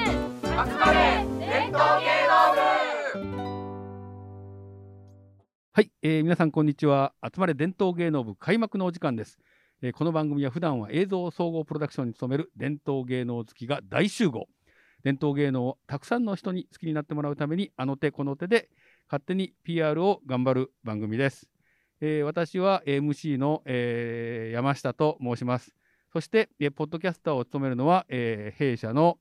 集まれ伝統芸能部はい、えー皆さんこんにちは集まれ伝統芸能部開幕のお時間です、えーこの番組は普段は映像総合プロダクションに勤める伝統芸能好きが大集合伝統芸能をたくさんの人に好きになってもらうためにあの手この手で勝手に PR を頑張る番組です、えー私は MC の、えー山下と申しますそして、えーポッドキャスターを務めるのは、えー弊社の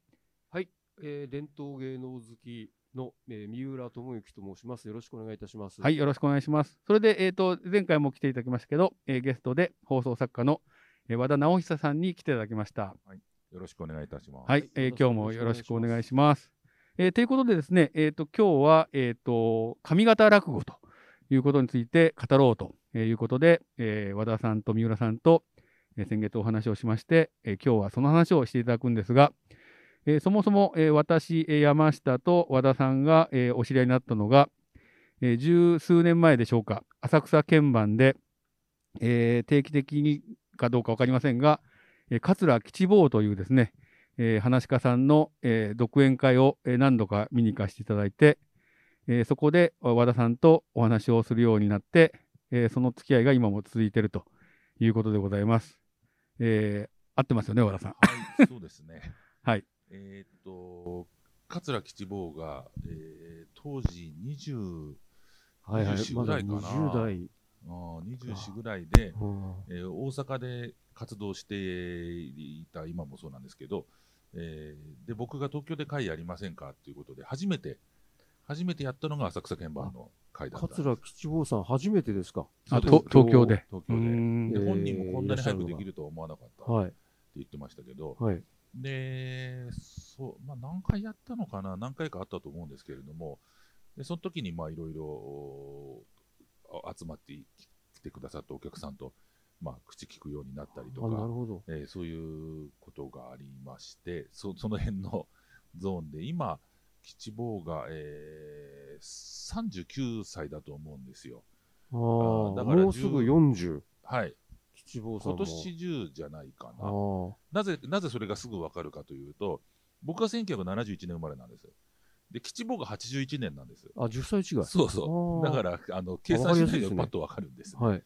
えー、伝統芸能好きの、えー、三浦智之と申します。よろしくお願いいたします。はい、よろしくお願いします。それで、えっ、と、前回も来ていただきましたけど、えーゲストで放送作家の、えー和田直久さんに来ていただきました。よろしくお願いいたします。。はいい、えー今日もよよろろししくくおお願願いいします。えーということでですね、えっ、と、今日は、えっ、と、上方落語ということについて語ろうということで、えー和田さんと三浦さんと、えー先月お話をしまして、えー今日はその話をしていただくんですが、えーそもそも、えー私、えー山下と和田さんが、えーお知り合いになったのが、えー十数年前でしょうか、浅草鍵盤で、えー定期的にかどうか分かりませんが、えー桂吉坊というですね、えー、話し家さんの、えー独演会を、えー何度か見に行かせていただいて、えーそこで和田さんとお話をするようになって、えーその付き合いが今も続いているということでございます。えー合ってますよね、和田さん。はい、そうです ね。はい。えーっと、桂吉坊が、えー、当時20、はいはい20まだ代かな20代。あー24ぐらいで、うんえー大阪で活動していた今もそうなんですけど、えーで、僕が東京で会やりませんかということで、初めて、初めてやったのが浅草鍵盤の会だったんです。桂吉坊さん、初めてですか。あそうとです東京で。東うー京で。んでえー本人もこんなにいらっ早くしゃるのでがきるとは思わなかったってはい。言ってましたけど、はい。で、そう、まあ、何回やったのかな、何回かあったと思うんですけれども、でその時にまあいろいろあ集まってき来てくださったお客さんと、まあ、口聞くようになったりとあ、なかる、ほど。えーそういうことがありまして、そその辺のゾーンで、今、吉坊が、えー、39歳だと思うんですよ。ああ、だからもうすぐ10 40。はい。吉坊さん今も。年中じゃないかああな。なぜ、なぜそれがすぐわかるかというと、僕が1971年生まれなんです。で、吉坊が81年なんです。あ、10歳違い。そうそう。あーだから、あの、計算わかしないりやすいでですねパッとわかるんです。はい。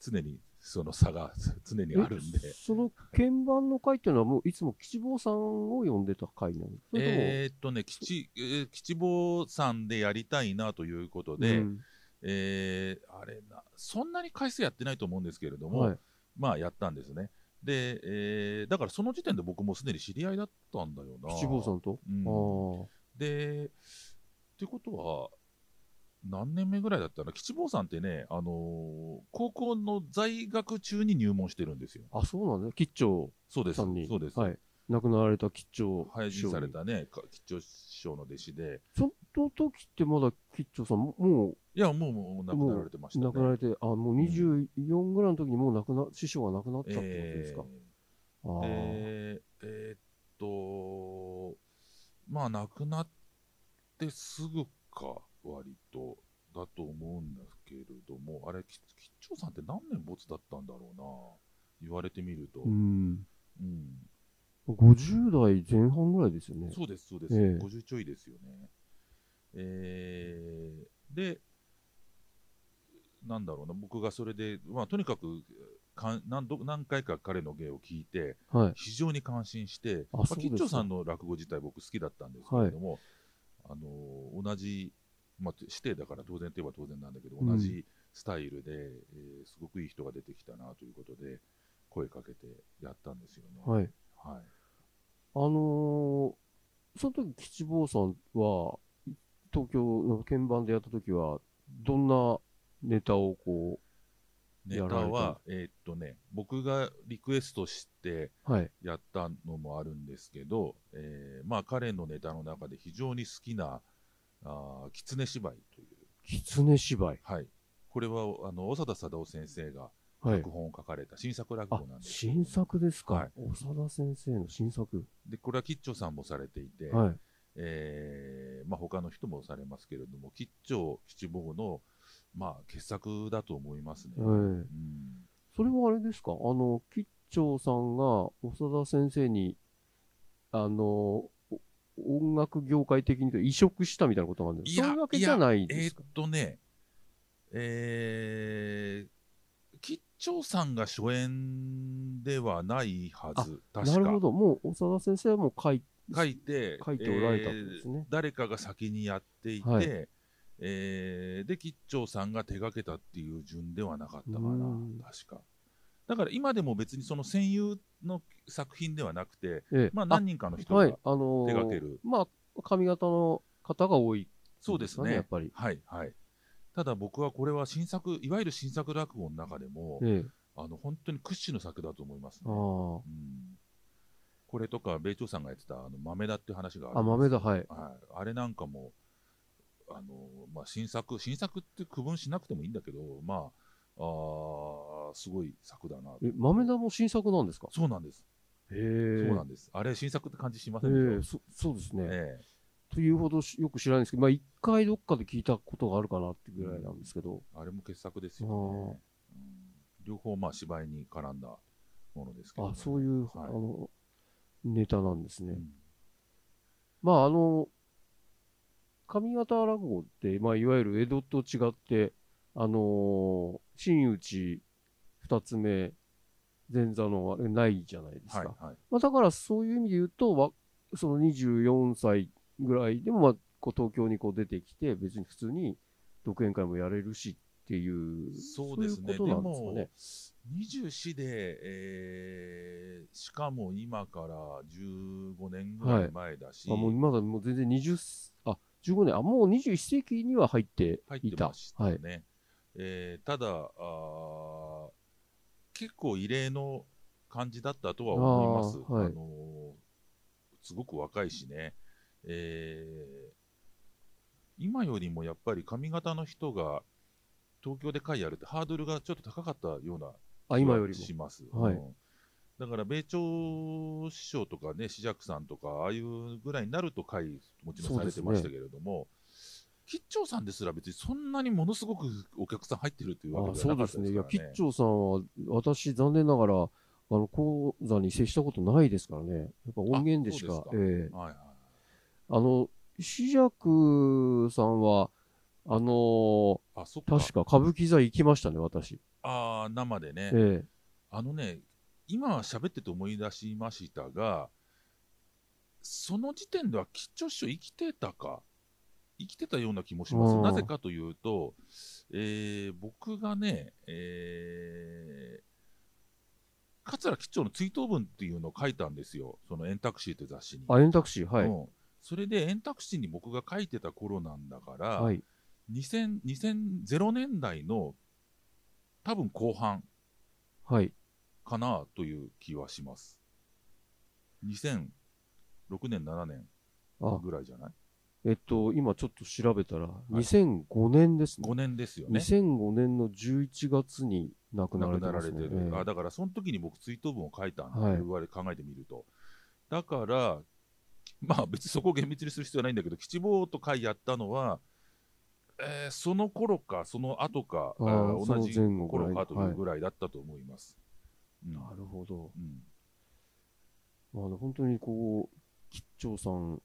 常に、その差が、常にあるんで。えその鍵盤の会っていうのは、もういつも吉坊さんを呼んでた会なのそれとも、えーっとね、吉、えー吉坊さんでやりたいなということで、うんえーあれな、そんなに回数やってないと思うんですけれども、はい。まあ、やったんですね。で、えーだからその時点で僕もすでに知り合いだったんだよな。吉坊さんと。うんああ。で、ってことは、何年目ぐらいだったの吉坊さんってね、あのー高校の在学中に入門してるんですよ。あ、そうなんだ、ね。吉兆そうです。さんに。そうです。はい。亡くなられた吉兆配師信匠されに。たね、か吉兆師匠の弟子で、その時ってまだ吉兆さんも、もいや、もう、もう、亡くなられてましうたね。亡くなられて、あ、もう24ぐらいの時にもう亡くな、師匠が亡くなっちゃったってことですか。ああ、えーえーっと、まあ、亡くなってすぐか、割と、だと思うんですけれども、あれ、き吉兆さんって何年没だったんだろうな、言われてみると。うん。うん50代前半ぐらいですよね。そうです、そうです、ええ50ちょいですよね。えーで、なんだろうな、僕がそれで、まあ、とにかくか何度何回か彼の芸を聞いて、はい。非常に感心して、あまそあ、うです吉か兆さんの落語自体、僕、好きだったんですけれども、あのー同じ、まあ、指定だから当然といえば当然なんだけど、うん同じスタイルで、えーすごくいい人が出てきたなということで、声かけてやったんですよね。はい。はいあのーその時吉坊さんは、東京の鍵盤でやった時は、どんなネタをこネタやられたんは、えーっとね、僕がリクエストしてう、はい。やったのもあるんですけど、えーまあ彼のネタの中で非常に好きな、あー狐芝居という、狐芝居。はい。これは、あの、小佐田貞夫先生がはい脚。本を書かれた新作落あ語なん、ですけど新作ですはかい。長田先生の新作。で、これは吉兆さんもされていて、はい。えーまあ他の人もされますけれども、吉兆吉坊の、まあ傑作だと思いますね。ええうんそれはあれですかあの、吉兆さんが長田先生に、あの、お音楽業界的にと移植したみたいなことなんですいかやそういうわけじゃないでえーすかっとね、えー、吉兆さんが初演ではないはず、確なか。るほど。もう、長田先生も書い書いて、書いておられたんですねえー誰かが先にやっていて、はえーで、吉兆さんが手掛けたっていう順ではなかったかうんな、確か。だから今でも別にその戦友の作品ではなくて、ええまあ何人かの人が、はい、あのー手掛けるまあ、髪型の方が多い、そうですやっね。ぱり。はい、はい。ただ僕はこれは新作、いわゆる新作落語の中でも、ええ、あの本当に屈指の作だと思います、あねうん、これとか、米朝さんがやってたあの豆だっていう話がああ。あ、豆だ、はい。はい、あれなんかも、あのまあ、新作、新作って区分しなくてもいいんだけど、まあ、あーすごい作だなとえ、豆だも新作なんですかそうなんです、へそうえなんです。あれ、新作って感じしませんでしょ、ええ、そそうですね、ええというほどしよく知らないんですけど、まあ、一回どっかで聞いたことがあるかなってぐらいなんですけど、あれも傑作ですよね。うん両方、まあ、芝居に絡んだものですけどね、あ、そういう、はいあの、ネタなんですね。うんまあ、あの、上方落語って、まあ、いわゆる江戸と違って、あのー真打ち二つ目、前座のあれないじゃないですか。はい、はい。まあ、だからそういう意味で言うと、わその24歳ぐらいでも、まあ、こう東京にこう出てきて、別に普通に独演会もやれるしっていう、そうですね。そういでうことなんもで、 24で、えーしかも今から15年ぐらい前だし、あもう今だもう全然20、あ、15年、あ、もう21世紀には入って入っいてた。ましたね。はい。えーただあー結構異例の感じだったとは思います。あーはいあのーすごく若いしね。えー今よりもやっぱり髪型の人が東京で会やるってハードルがちょっと高かったようなあ、今よりしも。ます。はいうんだから米朝師匠とかね、紫尺さんとか、ああいうぐらいになると会、もちろんされてましたけれども、吉兆さんですら別にそんなにものすごくお客さん入ってるというあわけじゃそなうでかったすでね。すいや、からね。吉兆さんは、私、残念ながら、あの、講座に接したことないですからね。やっぱ音源でしあかそ。うえでえはいはいあの、紫尺さんは、あのーあ、そっか。確か歌舞伎座行きましたね、私。ああ、生でね。ええ。あのね、今喋ってて思い出しましたが、その時点では吉兆師匠生きてたか、生きてたような気もします。うんなぜかというと、えー僕がね、えー、桂吉兆の追悼文っていうのを書いたんですよ、そのエンタクシーという雑誌に。あ、エンタクシー、はい。うんそれでエンタクシーに僕が書いてた頃なんだから、はい。 2000 2000年代の多分後半はい。かなという気はします。2006年、7年あ、ぐらいじゃないえっと、今ちょっと調べたら、2005年ですね。 ?5 年ですよね。 2005年の11月に亡くなら亡れくてならまれすてね。る。ええあだから、その時に僕、追悼文を書いたんだはいと言われ、考えてみると。だから、まあ別にそこを厳密にする必要はないんだけど、吉坊と会やったのは、えーその頃か、その後か、あーあーその同じ前後ぐらい頃かというぐらいだったと思います。うんなるほど。うんまあね、本当にこう、吉兆さん、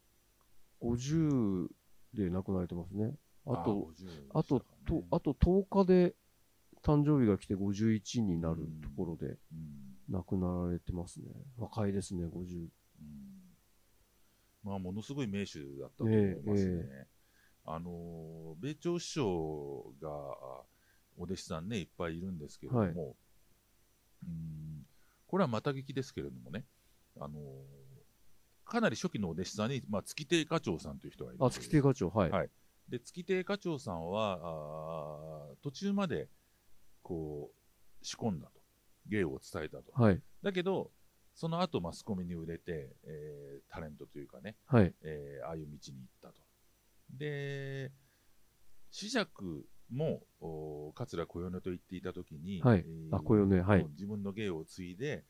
50で亡くなられてますね。あと、、 50あと、でしたかとねあと10日で誕生日が来て51になるところでうん亡くなられてますね。若いですね、50。うんまあ、ものすごい名手だったと思いますね。えあのー米朝師匠があお弟子さんね、いっぱいいるんですけれども、はいうーんこれはまた劇ですけれどもね、あのーかなり初期のお弟子さんに、まあ、月亭課長さんという人がいるあ、月亭課長、はい。はいで月亭課長さんはあー途中までこう仕込んだと、芸を伝えたと。はい。だけど、その後マスコミに売れて、えータレントというかね、はい。えーああいう道に行ったと。で、紫尺もお桂小米と言っていたときに、はいえーあ、小米、はい。自分の芸を継いで、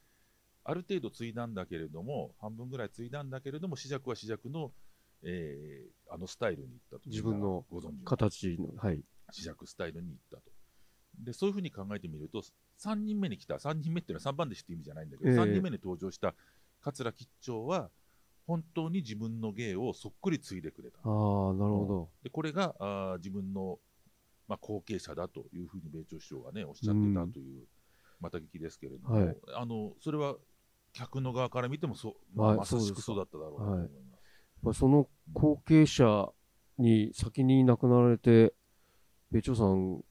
ある程度継いだんだけれども、半分ぐらい継いだんだけれども、紫尺は紫尺の、えーあのスタイルに行ったと。自分のご存知の形の、はい。試着スタイルに行ったと。で、そういうふうに考えてみると、3人目に来た、3人目っていうのは3番弟子っていう意味じゃないんだけど、ええ3人目に登場した桂吉兆は、本当に自分の芸をそっくり継いでくれた。ああ、なるほでこれがあー自分の、まあ、後継者だというふうに米朝首相がねおっしゃってたという、また聞きですけれども、はいあのそれは客の側から見てもそう、まあはいまさしそうくですそうだっただろうなと思います。ど。やっぱその後継者に先に亡くなられて、米朝さん、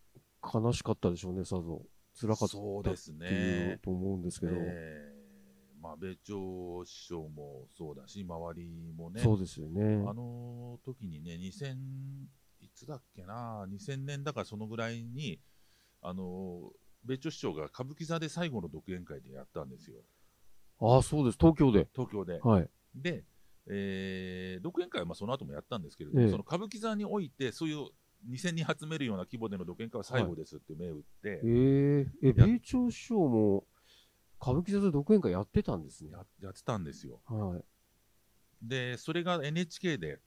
悲しかったでしょうね、さぞ。辛かったっそうでてすいうね。と思うんですけど。えーまあ、米朝首相もそうだし、周りもね、そうですよね。あの時にね、2000、いつだっけな、2000年だからそのぐらいに、あの米朝首相が歌舞伎座で最後の独演会でやったんですよ、ああ、そうです。東京で。東京で。はい。で、えー独演会はまあその後もやったんですけれども、ええその歌舞伎座において、そういう2000人集めるような規模での独演会は最後ですって銘打って、えー、え、米朝首相も、歌舞伎座で独演会やってたんですね。ややってたんですよ。はい。で、それが NHK で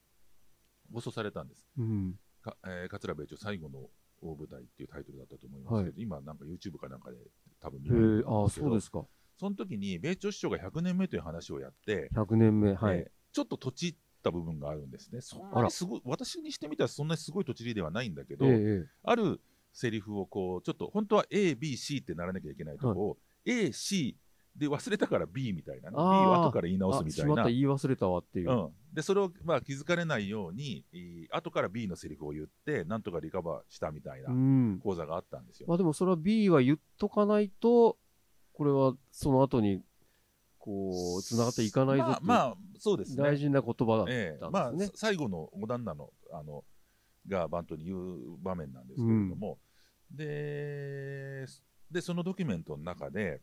放送されたんです。うん。かえー、桂米朝最後の大舞台っていうタイトルだったと思いますけど、今、なんか YouTube かなんかで多分見えられるーと、思あんあ、けどそうですか。その時に、米朝首相が100年目という話をやって、 100年目。はえいー。ちょっととちった部分があるんですね。そんあならにすごい、私にしてみたらそんなにすごいとちりではないんだけえど、えええあるセリフをこう、ちょっと本当は A、B、C ってならなきゃいけないとこを、A、C で忘れたから B みたいな、ね、あ B ーを後から言い直あすみたしいまった、な言。い忘れたわっていう。うん、でそれを、まあ、気づかれないように、えー後から B のセリフを言って、なんとかリカバーしたみたいなうん。講座があったんですよ。まあでもそれは B は言っとかないと、これはその後に、こう、繋がっていかないぞってまいあう、、まあ、そうですね。大事な言葉だったんですね。ええまあ、さ最後の五段なのあのがバントに言う場面なんですけれども、ででそのドキュメントの中で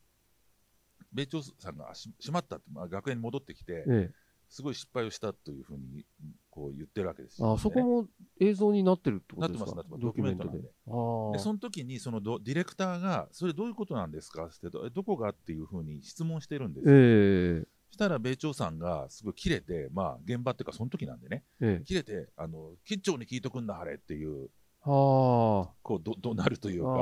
米朝さんがししまったって、まあ、学園に戻ってきえて、えすごい失敗をしたというふうにこう言ってるわけですよ、ね。あそこも映像になってるってことですかなってますなってますドキュメントなんでドキュメントでで。あその時にそのドディレクターが、それどういうことなんですかってど、どこがっていうふうに質問してるんですあ。よえそしたら米朝さんがすごい切れて、まあ、現場っていうか、その時なんでね、えええ切れて、あの緊張に聞いとくんなはれっていうはあ。こうどどなるというかあ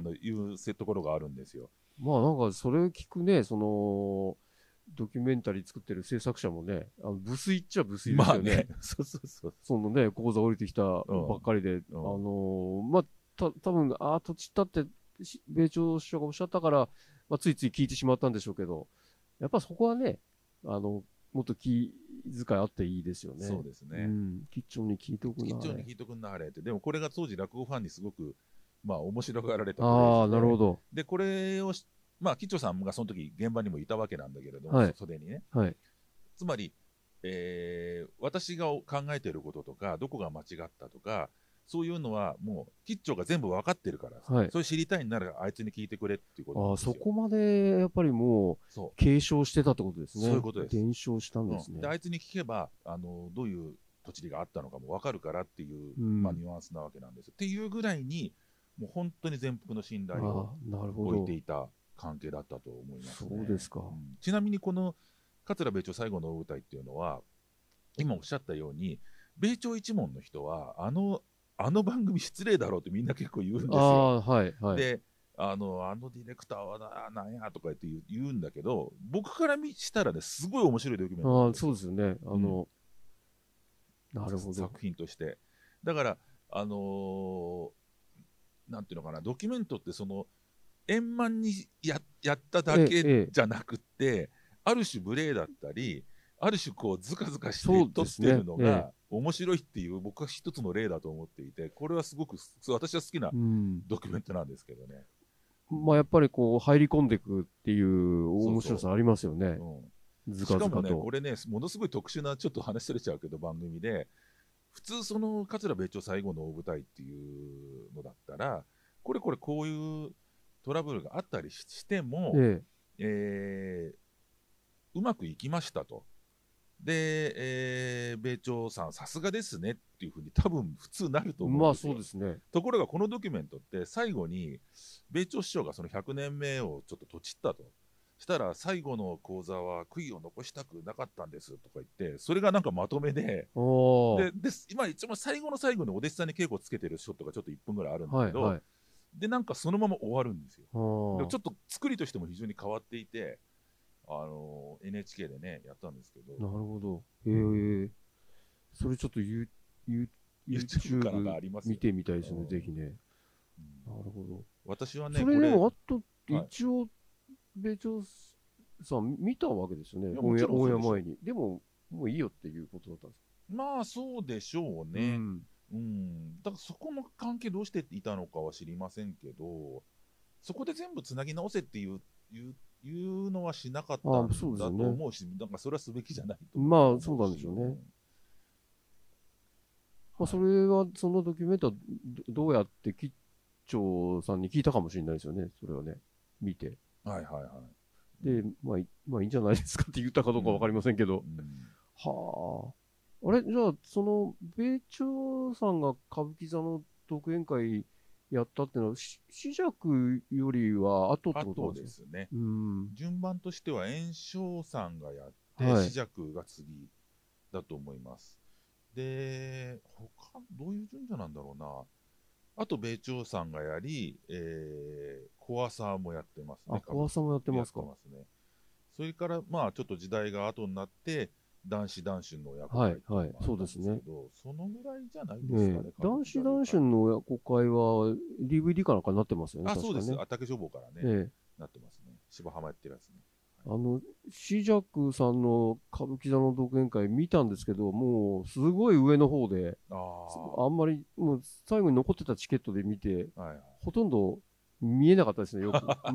ーのいうせところがあるんですよ。まあなんかそれを聞くね、その、ドキュメンタリー作ってる制作者もね、あの無粋っちゃ無粋ですまあよね。ね、 そうそうそう。そのね、講座降りてきたばっかりで、あのーまあ、た、多分ああ、土地ったって、し米朝首相がおっしゃったから、まあ、ついつい聞いてしまったんでしょうけど、やっぱそこはね、あの、もっと気遣いあっていいですよね。そうですうね。ん。吉兆に聞いておくな。緊張に聞いとくんなはれって、でもこれが当時落語ファンにすごく、まあ、面白がられたああ、なるほど。ど。で、これをし、まあ、吉兆さんがその時現場にもいたわけなんだけれども、はい袖にね。はい。つまり、えー私が考えていることとか、どこが間違ったとか、そういうのはもう、吉兆が全部分かってるから、はいそれ知りたいんならあいつに聞いてくれっていうことあなんあ、ですよそこまで、やっぱりもう、そう。継承してたってことですね。そういうことです伝承したんうんですね。あいつに聞けばあのどういう土地があったのかも分かるからっていう、うんまあ、ニュアンスなわけなんですよ。っていうぐらいにもう本当に全幅の信頼あをあ、なるほ置いどて。いた関係だったと思います、ね、そうですかんちなみにこの桂米朝最後の大舞台っていうのは今おっしゃったように米朝一門の人はあのあの番組失礼だろうってみんな結構言うんですあよ。あ、はい、はい。であのあのディレクターはななんやとか言って言う言うんだけど僕から見したらねすごい面白いドキュメントなあんあ、ですよそうですよね。あの、なるほど。作品として。だから、あのーなんていうのかな、ドキュメントってその、円満にややっただえええけえじゃなくて、ある種無礼だったり、ある種こう、ずかずかしてそうで撮っすてねるのえが、面白いっていう、僕は一つの例だと思っていて、これはすごく、す私は好きなうん。ドキュメントなんですけどね。まあやっぱりこう入り込んでいくっていう面白さありますよね。うんずしかかずもか。ね、ことれね、ものすごい特殊な、ちょっと話しれちゃうけど、番組で、普通、その桂米朝最後の大舞台っていうのだったら、これこれ、こういうトラブルがあったりししても、ええ。えーうまくいきましたと。で、えー米朝さん、さすがですねっていうふうに、多分普通なると思うんまあそうすでよすね。ところが、このドキュメントって、最後に、米朝首相がその100年目をちょっととちったと。したら、最後の講座は悔いを残したくなかったんですとか言って、それがなんかまとめで、おーで、で今一番最後の最後にお弟子さんに稽古つけてるショットがちょっと1分ぐらいあるんだはけいど、はい。で、なんかそのまま終わるんですよ。あーでもちょっと作りとしても非常に変わっていて、あの NHK でね、やったんですけど、なるほど。へえ。それちょっと you, you, YouTube かなんか YouTube ありますよ見てみたいですうね、んぜひね。うんなるほど。私はね、そこれれで、も、あと、はい一応、米朝さん見たわけですよね、やオンエアもオンエアちろんそう前に。でも、もういいよっていうことだったんですまあそうでしょうかうね、んうんだからそこの関係どうしていたのかは知りませんけど、そこで全部つなぎ直せっていういういうのはしなかったあんあだそうですとよね思うし、なんかそれはすべきじゃないとま思あ、そうなんでしょうね。まあ、はいそれは、そのドキュメンタリー、どどうやって吉兆さんに聞いたかもしれないですよね、それはね、見て。はいはいはい。で、まあ、いまあ、いいんじゃないですかって言ったかどうかわかりませんけど。うんはあ。あれ、じゃあ、その、米朝さんが歌舞伎座の独演会やったってのは、し四尺よりは後ってあこととなんでですかすね、うん。順番としては炎章さんがやって、はい四尺が次だと思います。で、他どういう順序なんだろうな。あと、米朝さんがやり、えー、コアサーもやってますあ、ね。小さんもやってますかや。ってますね。それから、まあ、ちょっと時代が後になって、男子男子の役はい会っていのがあっはたんいそうですねけど。そのぐらいじゃないですかねねえ。男子男子の親子会は DVD かなんかになってますよね。あ、確かそうねです。あ竹消防からね、ええ。なってますね。芝浜やってるやつね。あの、シジャクさんの歌舞伎座の独演会見たんですけど、もうすごい上の方で、ああ。あんまり、もう最後に残ってたチケットで見て、はいはい。ほとんど見えなかったですね、よ く。あ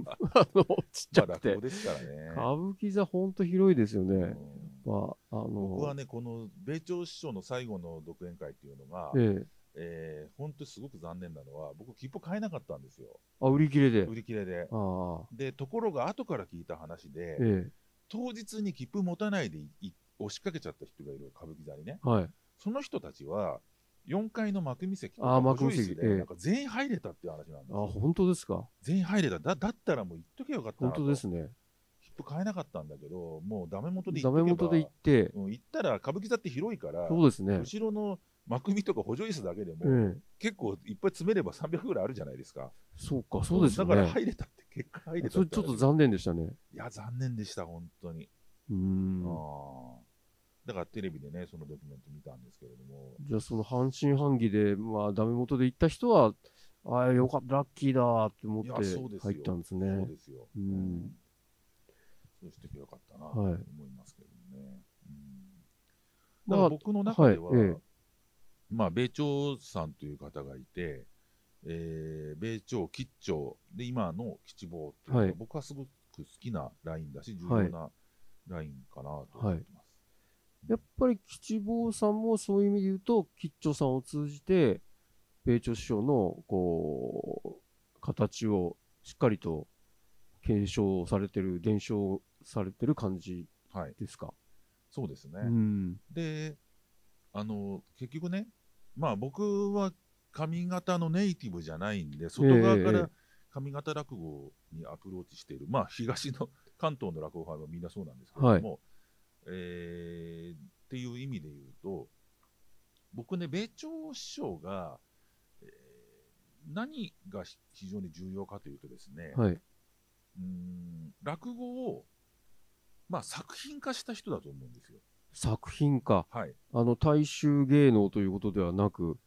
の、ちっちゃまくあ落て語。ですからね。歌舞伎座ほんと広いですようね。んまあ、あの、僕はね、この米朝師匠の最後の独演会っていうのが、ええ、えー本当にすごく残念なのは、僕、切符買えなかったんですよ、あ、売り切れで。売り切れで。ああ、で、ところが、後から聞いた話で、え当日に切符持たないでいい押しかけちゃった人がいる歌舞伎座にね、え、はい。その人たちは、4階の幕見席とあかー幕見補助席椅子でええなんか全員入れたっていう話なんですあ、よ本当ですか。全員入れただ、だったらもう行っときゃよかった本なと当ですね。切符買えなかったんだけど、もうダメ元でダ行っとけばメ元で行って、うん、行ったら歌舞伎座って広いから、そうですね。後ろの幕見とか補助椅子だけでえも、え、結構いっぱい詰めれば300ぐらいあるじゃないですか。そうか、そうですよだからね。入れたって、結果入れたてそれちょっと残念でしたね。いや、残念でした、本当に。うーあん。ーだからテレビでね、そのドキュメント見たんですけれども、じゃあ、その半信半疑で、まあ、ダメ元で行った人は、ああ、よかった、ラッキーだーって思っていやそうですよ入ったんですそうね。ですよ。うんそうしてきゃよかったなとはい思いますけどね。うん、だまからあ、僕の中では、はいええまあ、米朝さんという方がいて、えー米朝、吉朝、で、今の吉坊っていうのがはい僕はすごく好きなラインだし、重はい要なラインかなと思ってます。やっぱり吉坊さんもそういう意味で言うと、吉兆さんを通じて、米朝首相の、こう、形をしっかりと継承されてる、伝承されてる感じはい、ですか。そうですね。うん。で、あの、結局ね、まあ僕は髪型のネイティブじゃないんで、外側かええら髪型落語にアプローチしている、まあ東の関東の落語派はみんなそうなんですけれども、えーっていう意味で言うと、僕ね、米朝師匠が、えー何がひ非常に重要かというとですね、はい。うーん落語を、まあ、作品化した人だと思うんですよ。作品か。はい。あの、大衆芸能ということではなく、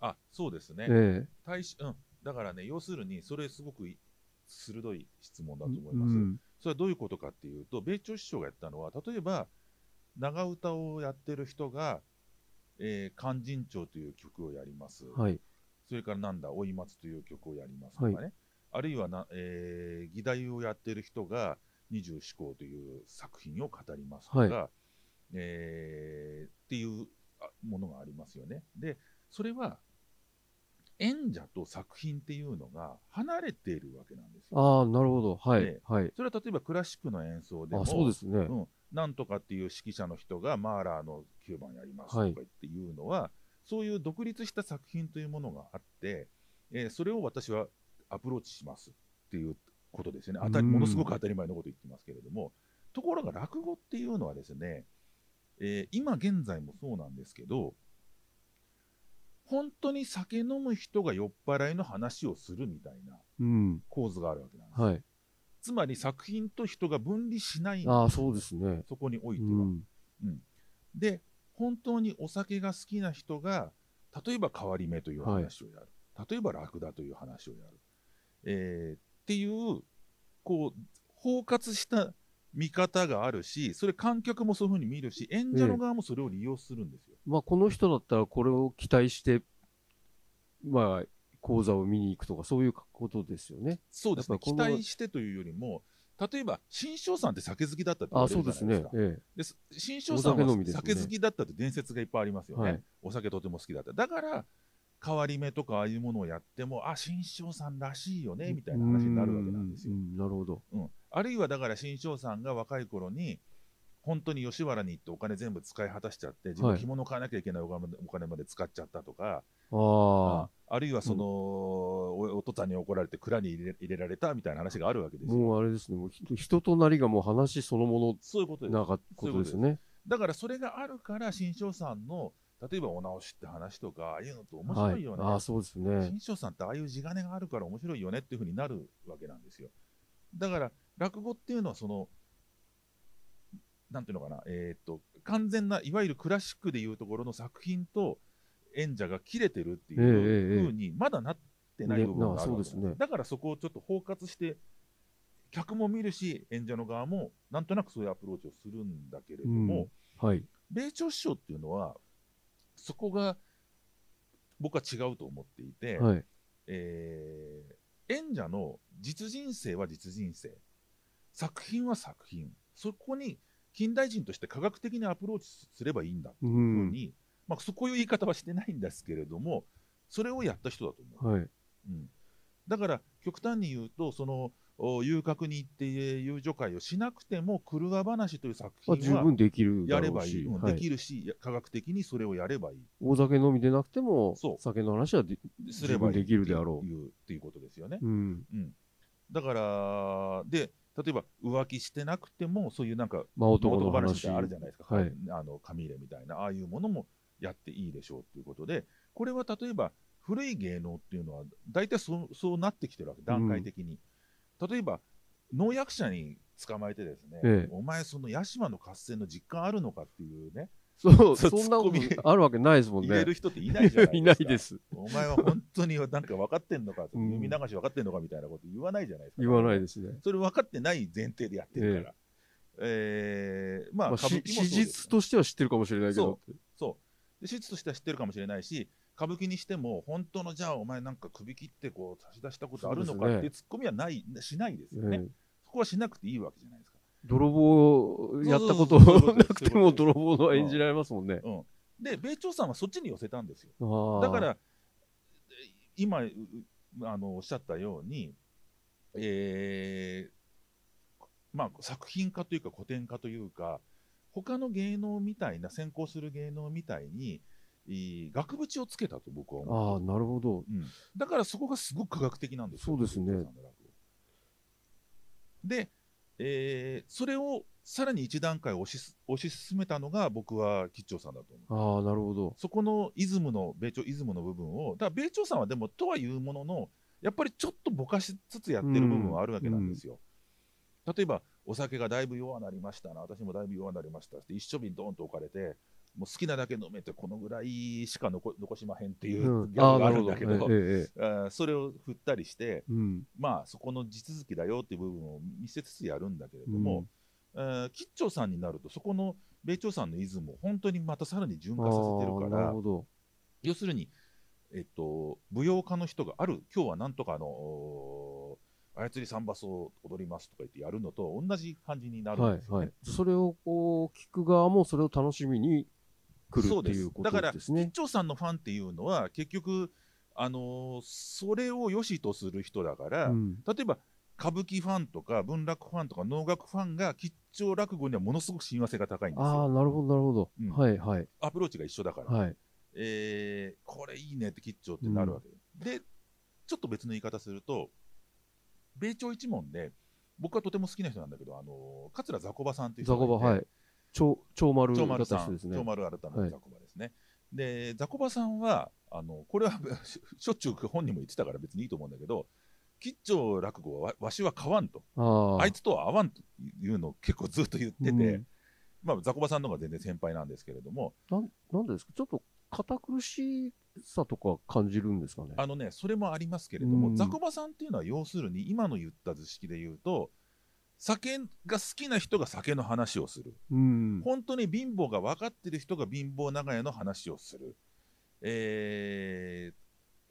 あ、そうですね。え対し、うん、だからね、要するに、それすごくい鋭い質問えだと思いうます。ん。それはどういうことかっていうと、米朝師匠がやったのは、例えば、長唄をやってる人が、えー、勧進帳という曲をやります。はい。それからなんだ、追い松という曲をやりますとかね。はあるいはな、えー、議題をやってる人が、二十四項という作品を語りますとか、はえーっていうあものがありますよね。で、それは、演者と作品っていうのが離れているわけなんですよ。ああ、なるほど。はい。えはい。それは例えばクラシックの演奏でも、あそうですね。うん、なんとかっていう指揮者の人がマーラーの9番やりますとかは言いっていうのは、そういう独立した作品というものがあって、えーそれを私はアプローチしますっていうことですよね当たりうんものすごく当たり前のこと言ってますけれどもところが落語っていうのはですね、えー今現在もそうなんですけど本当に酒飲む人が酔っ払いの話をするみたいなうん。構図があるわけなんですよはい。つまり作品と人が分離しないああ、そうですね。そこにおいうては。ん。で本当にお酒が好きな人が例えば変わり目という話をやる、例えばラクダという話をやる、えーっていうこう包括した見方があるしそれ観客もそういうふうに見るし演者の側もそれを利用するんですよ。まあ、この人だったらこれを期待して、まあ、講座を見に行くとか、そういうことですよね。そうですねやっぱ期この待してというよりも例えば新庄さんって酒好きだったって言あわあ、れそるうじゃでなすいでねすか。。えで新庄さんはお酒飲みですね酒好きだったって伝説がいっぱいありますよね、はいお酒とても好きだっただから変わり目とかああいうものをやってもあ新庄さんらしいよえねみたいな話になるわけなんですよう、んなるほど。うんあるいはだから新庄さんが若い頃に本当に吉原に行ってお金全部使い果たしちゃって自は分い着物買わなきゃいけないお金までお金まで使っちゃったとか、ああ。あるいはその、おお父さんに怒られて蔵に入れ入れられたみたいな話があるわけですよ、もうあれですね、もう人人となりがもう話そのもそういうことのですなかことですね。だからそれがあるから新庄さんの例えばお直しって話とかああいうのって面白いよね、ああ、そうですね。新庄さんってああいう地金があるから面白いよねっていうふうになるわけなんですよだから落語っていうのはそのなんていうのかなえーっと完全ないわゆるクラシックでいうところの作品と演者が切れてるっていええええうふうにまだなってない部分があるわけなんですねなそうですねだからそこをちょっと包括して客も見るし演者の側もなんとなくそういうアプローチをするんだけれども、うんはい。米朝師匠っていうのはそこが僕は違うと思っていて、はい。えー演者の実人生は実人生作品は作品そこに近代人として科学的にアプローチすればいいんだってう。いうふうんに、まあ、そこいう言い方はしてないんですけれどもそれをやった人だと思う。はい。うん、だから極端に言うとそのお遊郭に行って遊女会をしなくても「狂わ話」という作まあ、品十は分できるだやろれうばいい、し、うんはでい、きるしや科学的にそれをやればいい大酒飲みでなくてもそう、酒の話はで、すればいい十分できるであろうっていうっていうことですよね、うん、うん、だからで例えば浮気してなくてもそういうなんかまあ男の男話話みたいなのあるじゃないですか、はいあの紙入れみたいなああいうものもやっていいでしょうということでこれは例えば古い芸能っていうのは大体そうそうなってきてるわけ段階的に、例えば農薬者に捕まえてですね、ええお前その屋島の合戦の実感あるのかっていうねそう、そうそんなこツッコミとあるわけないですもん入れねる。人っていないじゃないで すかいないです。お前は本当になんか分かってんのか、うん耳流し分かってんのかみたいなこと言わないじゃないですか。言わないですね。それ分かってない前提でやってるから。えーまあ、まあ、歌舞し伎もそう史です実としては知ってるかもしれないけどそ。そう。で史実としては知ってるかもしれないし、歌舞伎にしても、本当のじゃあ、お前なんか首切ってこう差し出したことあるのそうかですねっていうツッコミはない、しないですよえね。えそこはしなくていいわけじゃないですか。泥棒をやったことそうそうそうそうなくてもそういう泥ことです棒は演じられますもんね。うん、で、米朝さんはそっちに寄せたんですよ。だだか、ら、今ううあのおっしゃったように、えーまあ、作品家というか古典家というか、他の芸能みたいな、先行する芸能みたいに、いい額縁をつけたと僕は思う、ああ、なるほど。うんだからそこがすごく科学的なんですそようですね藤井さんの落語で、えーそれをさらに一段階推しす推し進めたのが僕は吉兆さんだと思う。ああ、なるほど。そこのイズムの米朝イズムの部分をだから米朝さんはでもとはいうもののやっぱりちょっとぼかしつつやってる部分はあるわけなんですよ、例えばお酒がだいぶ弱なりましたな私もだいぶ弱なりましたって一緒瓶ドンと置かれてもう好きなだけ飲めてこのぐらいしか残残しまへんっていううんギャグがあるんだけど、ああなるほええええあーそれを振ったりしてうん。まあそこの地続きだよっていう部分を見せつつやるんだけれども、えー吉兆さんになるとそこの米朝さんのイズムを本当にまたさらうに純ん、化させてるかああならるほど。要するに、えっと、舞踊家の人がある今日はなんとかあのおー操り三馬を踊りますとか言ってやるのと同じ感じになるんはですいよね。はい。それをこう聞く側もそれを楽しみに来るっていうこそうですだかとらですね。長さんのファンっていうのは結局、あのーそれを良しとする人だから、うん例えば歌舞伎ファンとか文楽ファンとか能楽ファンが吉兆落語にはものすごく親和性が高いんですああ、よ。なるほど、なるほど。うんはいはいアプローチが一緒だから、はい。えーこれいいねって吉兆ってなるわけよ、でちょっと別の言い方すると米朝一門で僕はとても好きな人なんだけど、あの桂雑コバさんっていうザ人コがいてバ、はい。超、超丸長型丸さ人ん、ですね長。丸改めて雑コバですね、 で雑コバさんはあのこれはしょっちゅう本人も言ってたから別にいいと思うんだけど吉兆落語はわわしは買わんと、ああいつとは合わんというのを結構ずっと言ってて、うんまあ、ザコバさんの方が全然先輩なんですけれども、なんなんでですかちょっと堅苦しさとか感じるんですかね。あのね、それもありますけれども、うんザコバさんっていうのは要するに今の言った図式で言うと酒が好きな人が酒の話をするうん。本当に貧乏が分かってる人が貧乏長屋の話をする、えー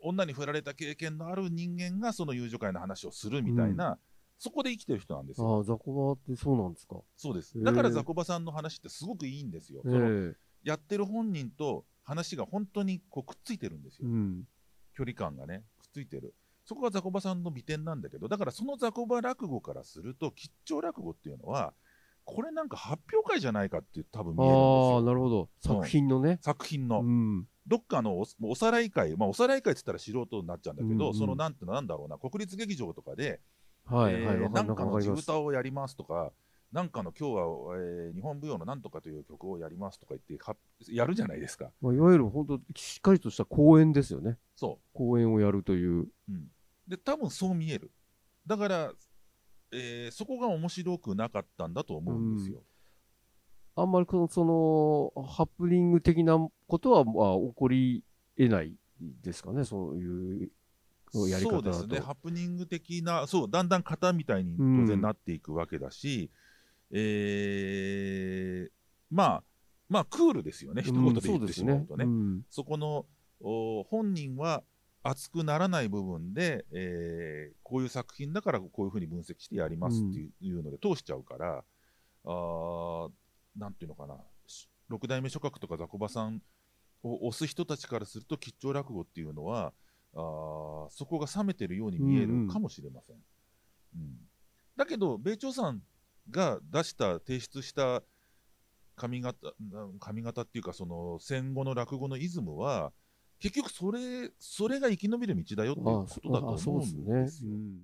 女に振られた経験のある人間がその遊女会の話をするみたいな、そこで生きてる人なんですよああ、ザコバってそうなんですか。そうですへーだからザコバさんの話ってすごくいいんですよ、ええそのやってる本人と話が本当にこうくっついてるんですよ、うん。距離感がねくっついてるそこがザコバさんの美点なんだけどだからそのザコバ落語からすると吉兆落語っていうのはこれなんか発表会じゃないかって多分見えるんですああ、よなるほど。作品のね。作品の、うん。どっかのおもうおさらい会、まあ、おさらい会って言ったら素人になっちゃうんだけど、うんうんそのなんてなんだろうな国立劇場とかで、はいえはい。ーわかなりますんかわかのり地ます。唄をやりますとかなんかの今日は、えー日本舞踊のなんとかという曲をやりますとか言ってはやるじゃないですかまあ、いわゆる本当、しっかりとした公演ですよね。そ公演をやるという。う、うん、で多分そう見えるだから、えーそこが面白くなかったんだと思うんですよ、あんまりこの、その、ハプニング的なことは、まあ、起こり得ないですかね、そういうやりそ方うだでと。すね、ハプニング的な、そう、だんだん型みたいに当うん然なっていくわけだし、えーまあ、まあ、クールですよね、一言で言ってしまうとね。そんこのお本人は熱くならない部分で、えーこういう作品だからこういうふうに分析してやりますっていう,、ので通しちゃうから、あーなんていうのかな、し六代目諸閣とかザコバさんを推す人たちからすると、吉兆落語っていうのは、あーそこが冷めてるように見えうんうんるかもしれません。うんだけど、米朝さんが出した、提出した髪型、な髪型っていうか、その戦後の落語のイズムは、結局それ、それが生き延びる道だよっていうあことだとあ、そう思うですんでねすよ。うん。